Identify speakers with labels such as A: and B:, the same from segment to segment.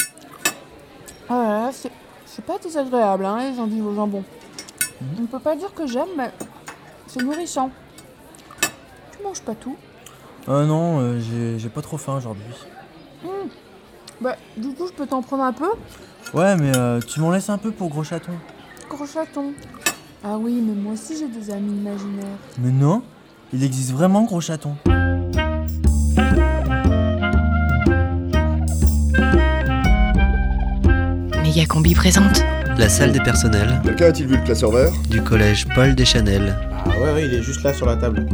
A: Ouais, Ah c'est- c'est pas désagréable, hein, les endives au jambon. On ne peut pas dire que j'aime, mais c'est nourrissant. Tu manges pas tout.
B: Ah non, euh, j'ai- j'ai pas trop faim aujourd'hui.
A: Bah, du coup, je peux t'en prendre un peu
B: Ouais, mais euh, tu m'en laisses un peu pour gros chaton.
A: Gros chaton. Ah oui, mais moi aussi j'ai des amis imaginaires.
B: Mais non, il existe vraiment gros chaton.
C: Mégacombi présente.
D: La salle des personnels
E: Quelqu'un a-t-il vu le classeur vert
D: du collège Paul Deschanel,
F: Ah ouais, ouais, il est juste là sur la table.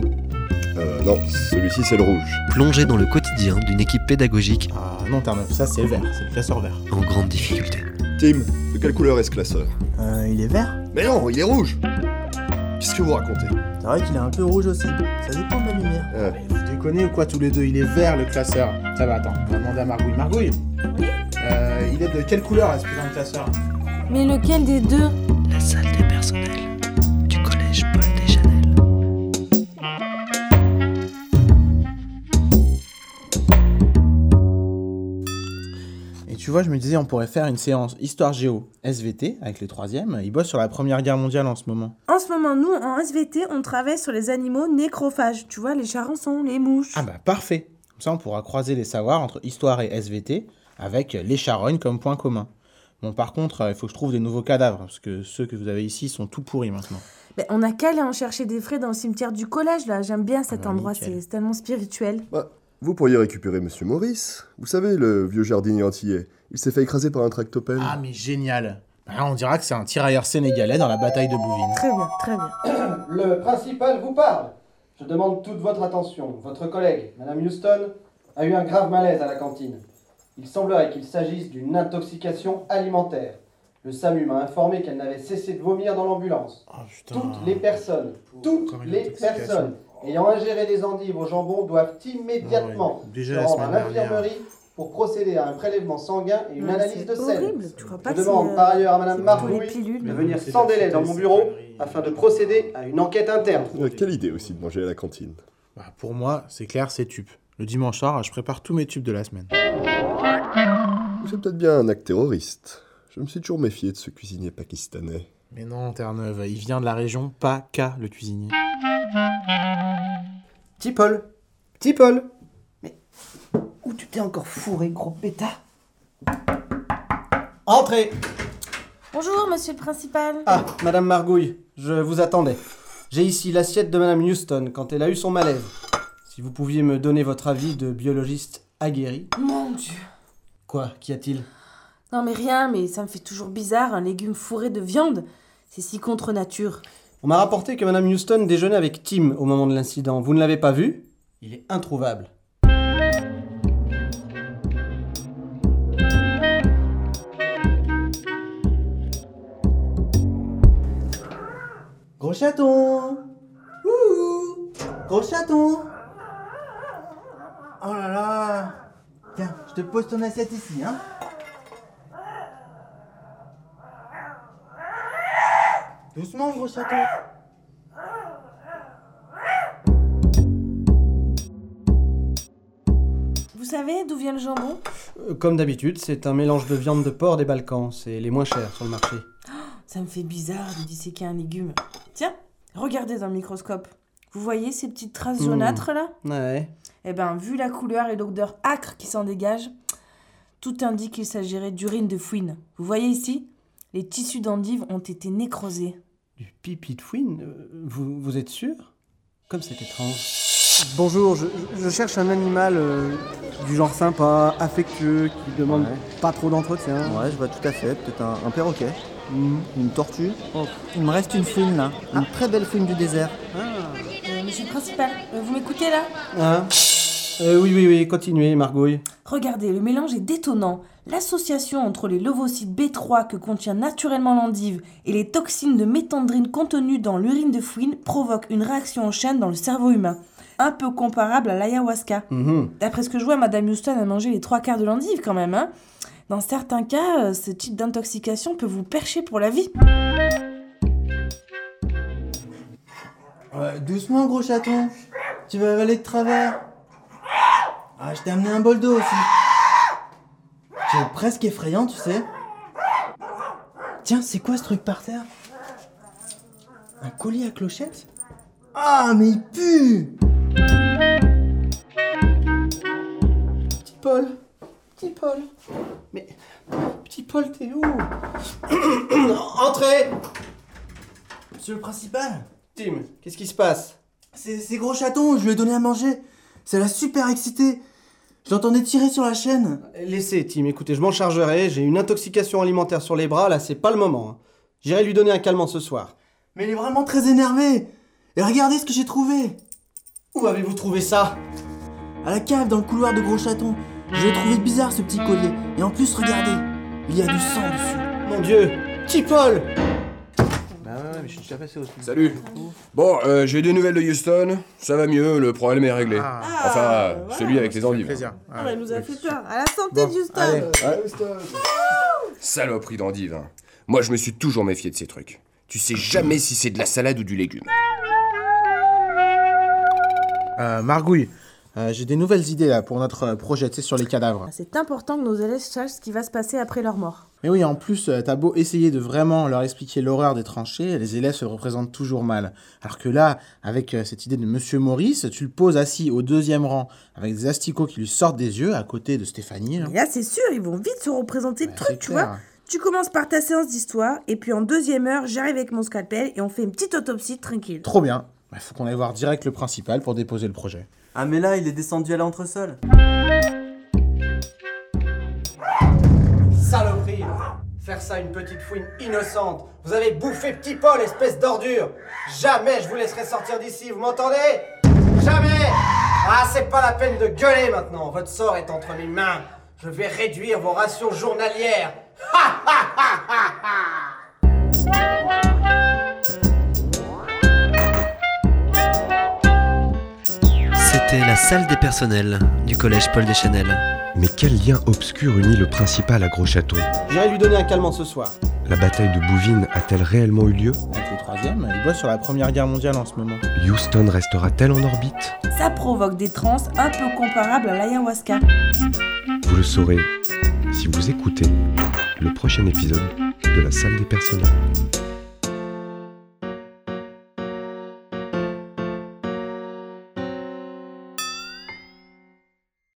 E: Euh, non, celui-ci c'est le rouge.
D: plongé dans le quotidien d'une équipe pédagogique
F: Ah non, Termin, ça c'est vert, c'est le classeur vert.
D: en grande difficulté.
E: Tim, de quelle couleur est ce classeur
F: Euh, il est vert
E: Mais non, il est rouge Qu'est-ce que vous racontez
B: C'est vrai qu'il est un peu rouge aussi. Ça dépend de la lumière.
E: Ah,
F: Mais Vous déconnez ou quoi tous les deux Il est vert le classeur. Ça va, attends, on va demander à Margouille. Margouille euh, Il est de quelle couleur ce putain de classeur
G: Mais lequel des deux
D: La salle des personnels du collège Paul Deschanel.
F: Et tu vois, je me disais, on pourrait faire une séance histoire géo SVT avec les troisièmes. Ils bossent sur la première guerre mondiale en ce moment.
G: En ce moment, nous, en SVT, on travaille sur les animaux nécrophages. Tu vois, les charançons, les mouches.
F: Ah bah parfait Comme ça, on pourra croiser les savoirs entre histoire et SVT avec les charognes comme point commun. Bon, par contre, euh, il faut que je trouve des nouveaux cadavres parce que ceux que vous avez ici sont tout pourris maintenant.
G: Mais on a qu'à aller en chercher des frais dans le cimetière du collège, là. J'aime bien cet
F: Ah bah,
G: endroit,
F: nickel.
G: c'est c'est tellement spirituel.
E: bah, vous pourriez récupérer Monsieur Maurice. Vous savez, le vieux jardinier antillais. Il s'est fait écraser par un tractopelle.
F: Ah mais génial Bah là, on dira que c'est un tirailleur sénégalais dans la bataille de Bouvines.
G: Très bien, très bien.
H: Le principal vous parle. Je demande toute votre attention. Votre collègue, Madame Houston, a eu un grave malaise à la cantine. Il semblerait qu'il s'agisse d'une intoxication alimentaire. Le SAMU m'a informé qu'elle n'avait cessé de vomir dans l'ambulance.
F: Oh putain
H: Toutes les personnes, toutes
F: Comme une
H: les
F: intoxication.
H: personnes ayant ingéré des endives au jambon doivent immédiatement
F: Ah ouais, déjà
H: se
F: la
H: rendre à
F: semaine dernière.
H: l'infirmerie pour procéder à un prélèvement sanguin et une
G: Ouais,
H: analyse de
G: Ah, c'est
H: sel.
G: horrible, tu crois pas
H: Je
G: que c'est...
H: demande par ailleurs à Madame
G: euh, tous les
H: Margouille de
G: pilules.
H: venir sans délai dans mon bureau afin de procéder à une enquête interne.
E: Ah, Quelle idée aussi de manger à la cantine.
F: Bah, pour moi, c'est clair, c'est tube. Le dimanche soir, je prépare tous mes tubes de la semaine.
E: C'est peut-être bien un acte terroriste. Je me suis toujours méfié de ce cuisinier pakistanais.
F: Mais non, Terre-Neuve, il vient de la région PACA, le cuisinier.
H: Petit Paul Petit Paul Mais où tu t'es encore fourré, gros bêta Entrez
G: Bonjour, monsieur le principal.
H: Ah, Madame Margouille, je vous attendais. J'ai ici l'assiette de Madame Houston quand elle a eu son malaise. Si vous pouviez me donner votre avis de biologiste aguerri.
G: Mon Dieu.
H: Quoi Qu'y a-t-il
G: Non mais rien, mais ça me fait toujours bizarre, un légume fourré de viande. C'est si contre nature.
H: On m'a rapporté que Madame Houston déjeunait avec Tim au moment de l'incident. Vous ne l'avez pas vu Il est introuvable.
I: Gros chaton Ouh Gros chaton Oh là là Tiens, je te pose ton assiette ici, hein Doucement, gros chaton
G: Vous savez d'où vient le jambon
H: Euh, Comme d'habitude, c'est un mélange de viande de porc des Balkans. C'est les moins chers sur le marché.
G: Ça me fait bizarre de disséquer un légume. Tiens, regardez dans le microscope. Vous voyez ces petites traces
H: Hmm.
G: jaunâtres là
H: Ouais.
G: Eh ben, vu la couleur et l'odeur âcre qui s'en dégage, tout indique qu'il s'agirait d'urine de fouine. Vous voyez ici Les tissus d'endive ont été nécrosés.
H: Du pipi de fouine euh, vous, vous êtes sûr Comme c'est étrange. Bonjour, je, je- je cherche un animal euh, du genre sympa, affectueux, qui demande pas trop d'entretien. Hmm.
I: Ouais, je vois tout à fait. Peut-être un, un perroquet Une tortue
H: Oh.
I: Il me reste une fouine, là. Une
H: Ah.
I: très belle fouine du désert.
G: Euh, monsieur le principal, euh, vous m'écoutez là
H: Hein Euh, Oui, oui, oui, continuez, Margouille.
G: Regardez, le mélange est détonnant. L'association entre les leucocytes B3 que contient naturellement l'endive et les toxines de méthandrine contenues dans l'urine de fouine provoque une réaction en chaîne dans le cerveau humain, un peu comparable à l'ayahuasca.
H: Mhm.
G: D'après ce que je vois, Madame Houston a mangé les trois quarts de l'endive quand même. hein. Dans certains cas, euh, ce type d'intoxication peut vous percher pour la vie.
I: Ouais, doucement, gros chaton Tu vas avaler de travers Ah, je t'ai amené un bol d'eau aussi Tu es presque effrayant, tu sais
F: Tiens, c'est quoi ce truc par terre Un collier à clochette
B: Ah, mais il pue
F: Petit Paul Petit Paul Mais. Petit Paul, t'es où
H: Entrez
B: Monsieur le principal
H: Tim, qu'est-ce qui se passe
B: C'est ces gros chatons, je lui ai donné à manger. C'est la super excitée. Je l'entendais tirer sur la chaîne.
H: Laissez, Tim, écoutez, je m'en chargerai. J'ai une intoxication alimentaire sur les bras, là, c'est pas le moment. hein. J'irai lui donner un calmant ce soir.
B: Mais il est vraiment très énervé. Et regardez ce que j'ai trouvé.
H: Où avez-vous trouvé ça
B: À la cave, dans le couloir de gros chatons. Je l'ai trouvé bizarre ce petit collier. Et en plus, regardez, il y a du sang dessus.
H: Mon Dieu Petit Paul
F: Bah ouais, ouais, mais je suis déjà passé au
J: Salut. Bon, euh, j'ai des nouvelles de Houston. Ça va mieux, le problème est réglé.
F: Ah,
J: Enfin, euh,
G: voilà.
J: celui avec les endives.
F: plaisir.
G: Ah, bah, elle nous a fait peur. À la santé,
F: Bon,
G: de Houston
F: allez.
J: Saloperie d'endives. hein. Moi, je me suis toujours méfié de ces trucs. Tu sais jamais si c'est de la salade ou du légume.
F: Euh, Margouille, euh, j'ai des nouvelles idées là pour notre euh, projet, tu sais, sur les cadavres.
G: Ah, C'est important que nos élèves sachent ce qui va se passer après leur mort.
F: Mais oui, en plus, euh, t'as beau essayer de vraiment leur expliquer l'horreur des tranchées, les élèves se représentent toujours mal. Alors que là, avec euh, cette idée de Monsieur Maurice, tu le poses assis au deuxième rang, avec des asticots qui lui sortent des yeux, à côté de Stéphanie. hein.
G: Mais là, c'est sûr, ils vont vite se représenter le
F: Bah, c'est
G: truc, tu
F: clair.
G: vois. Tu commences par ta séance d'histoire, et puis en deuxième heure, j'arrive avec mon scalpel et on fait une petite autopsie tranquille.
F: Trop bien. Il faut qu'on aille voir direct le principal pour déposer le projet.
I: Ah, mais là, il est descendu à l'entresol.
H: Saloperie Faire ça à une petite fouine innocente Vous avez bouffé Petit Paul, espèce d'ordure Jamais je vous laisserai sortir d'ici, vous m'entendez Jamais Ah, c'est pas la peine de gueuler maintenant Votre sort est entre mes mains Je vais réduire vos rations journalières
D: C'était la salle des personnels du collège Paul Deschanel.
K: Mais quel lien obscur unit le principal à Gros Château
H: J'irai lui donner un calmant ce soir.
K: La bataille de Bouvines a-t-elle réellement eu lieu
F: Avec le troisième, il bosse sur la Première Guerre mondiale en ce moment.
K: Houston restera-t-elle en orbite
G: Ça provoque des transes un peu comparables à l'ayahuasca.
K: Vous le saurez si vous écoutez le prochain épisode de la salle des personnages.